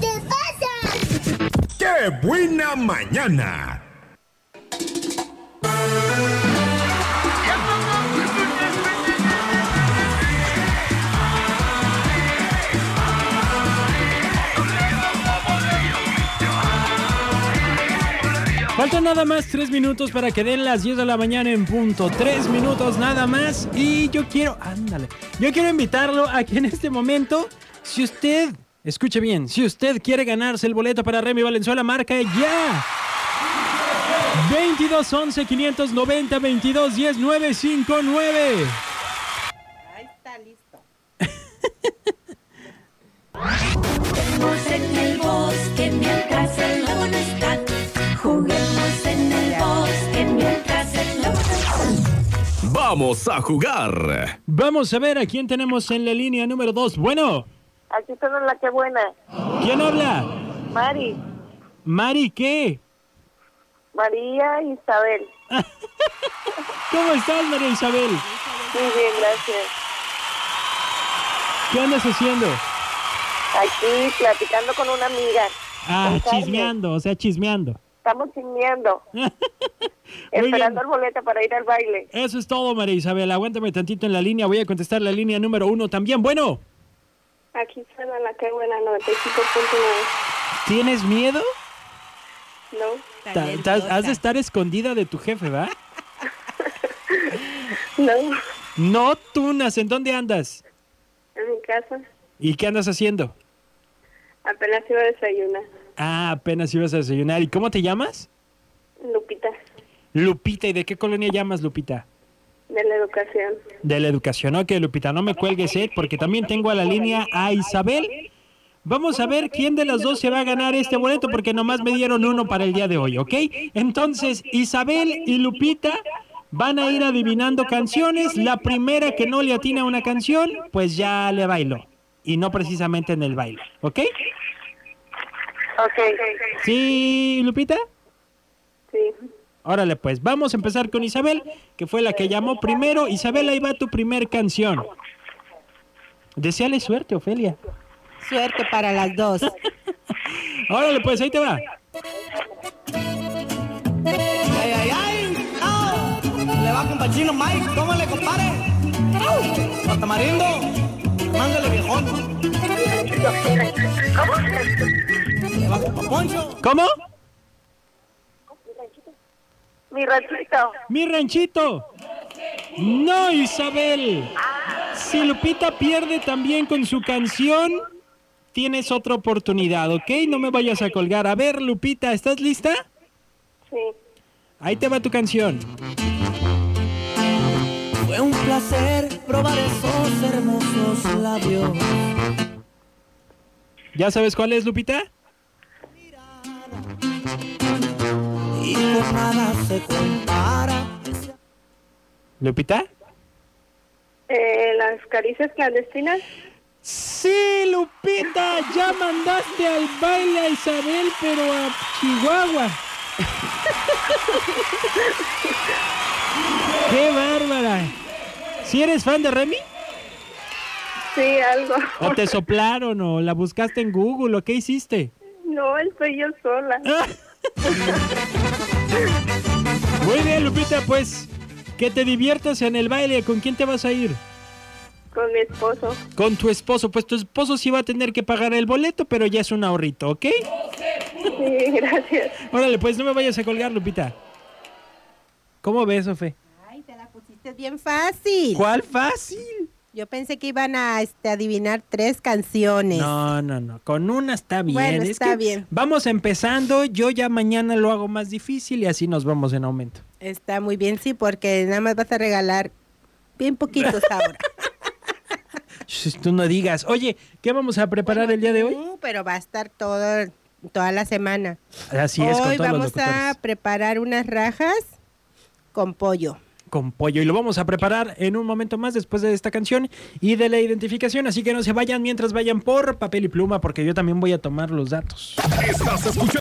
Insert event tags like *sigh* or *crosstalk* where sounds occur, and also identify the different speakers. Speaker 1: te pasas!
Speaker 2: ¡Qué buena mañana!
Speaker 3: Faltan nada más tres minutos para que den las 10 de la mañana en punto. Tres minutos nada más. Y yo quiero, ándale, yo quiero invitarlo a que en este momento, si usted, escuche bien, si usted quiere ganarse el boleto para Remy Valenzuela, marca ya. 22 11 590 22 10 959.
Speaker 4: Ahí está listo.
Speaker 5: Juguemos en el bosque mientras el lobo no está. Juguemos en el bosque mientras el lobo no está.
Speaker 2: ¡Vamos a jugar!
Speaker 3: Vamos a ver a quién tenemos en la línea número 2. Bueno,
Speaker 4: Aquí está Don la que buena.
Speaker 3: ¿quién habla?
Speaker 4: Mari,
Speaker 3: Mari, ¿qué?
Speaker 4: María Isabel.
Speaker 3: ¿Cómo estás, María Isabel?
Speaker 4: Muy bien, gracias.
Speaker 3: ¿Qué andas haciendo?
Speaker 4: Aquí platicando con una amiga.
Speaker 3: Ah,
Speaker 4: Con Carmen.
Speaker 3: chismeando, o sea, chismeando. *laughs*
Speaker 4: Estamos chismeando,
Speaker 3: Muy
Speaker 4: esperando
Speaker 3: bien.
Speaker 4: el boleto para ir al baile.
Speaker 3: Eso es todo, María Isabel. Aguántame tantito en la línea. Voy a contestar la línea número uno también. Bueno,
Speaker 4: Aquí suena la que buena 95.9.
Speaker 3: ¿tienes miedo?
Speaker 4: No,
Speaker 3: Ta- ta- has de estar escondida de tu jefe, ¿va?
Speaker 4: *laughs* no,
Speaker 3: No tunas. ¿En dónde andas?
Speaker 4: en mi casa
Speaker 3: ¿Y qué andas haciendo?
Speaker 4: apenas iba a desayunar.
Speaker 3: Ah, apenas ibas a desayunar. ¿Y cómo te llamas?
Speaker 4: Lupita,
Speaker 3: Lupita. ¿Y de qué colonia llamas, Lupita?
Speaker 4: de la educación.
Speaker 3: De la educación. Ok, Lupita, no me cuelgues, ¿eh? Porque también tengo a la línea a Isabel. Vamos a ver quién de las dos se va a ganar este boleto, porque nomás me dieron uno para el día de hoy, ¿ok? Entonces, Isabel y Lupita van a ir adivinando canciones. La primera que no le atina a una canción, pues ya le bailó. Y no precisamente en el baile, ¿ok?
Speaker 4: Ok,
Speaker 3: Sí, Lupita.
Speaker 4: sí.
Speaker 3: Órale, pues vamos a empezar con Isabel, que fue la que llamó primero. Isabel, ahí va tu primer canción. Deseale suerte, Ofelia.
Speaker 6: Suerte para las dos.
Speaker 3: Órale, pues ahí te va.
Speaker 7: ¡Ay, ay, ay! ¡Ah! Le va con Pachino Mike, ¿cómo le compare? Tamarindo, mándale viejón. Le va con Poncho.
Speaker 3: ¿Cómo?
Speaker 4: Mi ratito.
Speaker 3: Mi ranchito. No, Isabel. Si Lupita pierde también con su canción, tienes otra oportunidad, ¿ok? No me vayas a colgar. A ver, Lupita, ¿estás lista?
Speaker 4: Sí.
Speaker 3: Ahí te va tu canción.
Speaker 7: Fue un placer probar esos hermosos labios.
Speaker 3: ¿Ya sabes cuál es, Lupita?
Speaker 7: Y con nada se compara.
Speaker 3: ¿Lupita?
Speaker 4: Eh, las caricias clandestinas.
Speaker 3: Sí, Lupita, ya mandaste al baile a Isabel, pero a Chihuahua. *laughs* ¡Qué bárbara! ¿Si eres fan de Remy?
Speaker 4: Sí, algo.
Speaker 3: ¿O te soplaron o la buscaste en Google o qué hiciste?
Speaker 4: No, estoy yo sola.
Speaker 3: Muy bien, Lupita, pues que te diviertas en el baile. ¿Con quién te vas a ir?
Speaker 4: Con mi esposo. *laughs*
Speaker 3: Con tu esposo. Pues tu esposo sí va a tener que pagar el boleto, pero ya es un ahorrito, ¿ok?
Speaker 4: Sí, gracias.
Speaker 3: Órale, pues no me vayas a colgar, Lupita. ¿Cómo ves, Ofe?
Speaker 6: Ay, te la pusiste bien fácil.
Speaker 3: ¿Cuál fácil?
Speaker 6: Yo pensé que iban a este, adivinar tres canciones.
Speaker 3: No, no, no. Con una está bien.
Speaker 6: Bueno,
Speaker 3: Es
Speaker 6: está
Speaker 3: que
Speaker 6: bien.
Speaker 3: Vamos empezando. Yo ya mañana lo hago más difícil y así nos vamos en aumento.
Speaker 6: Está muy bien, sí, porque nada más vas a regalar bien
Speaker 3: *laughs*
Speaker 6: poquitos ahora.
Speaker 3: Shh, Tú no digas. Oye, ¿qué vamos a preparar el día de hoy?
Speaker 6: No, pero va a estar todo, toda la semana.
Speaker 3: Así
Speaker 6: Hoy
Speaker 3: es, con todos los
Speaker 6: vamos a
Speaker 3: locutores.
Speaker 6: preparar unas rajas con pollo.
Speaker 3: Con pollo. Y lo vamos a preparar en un momento más después de esta canción y de la identificación. Así que no se vayan mientras vayan por papel y pluma, porque yo también voy a tomar los datos.
Speaker 2: Estás escuchando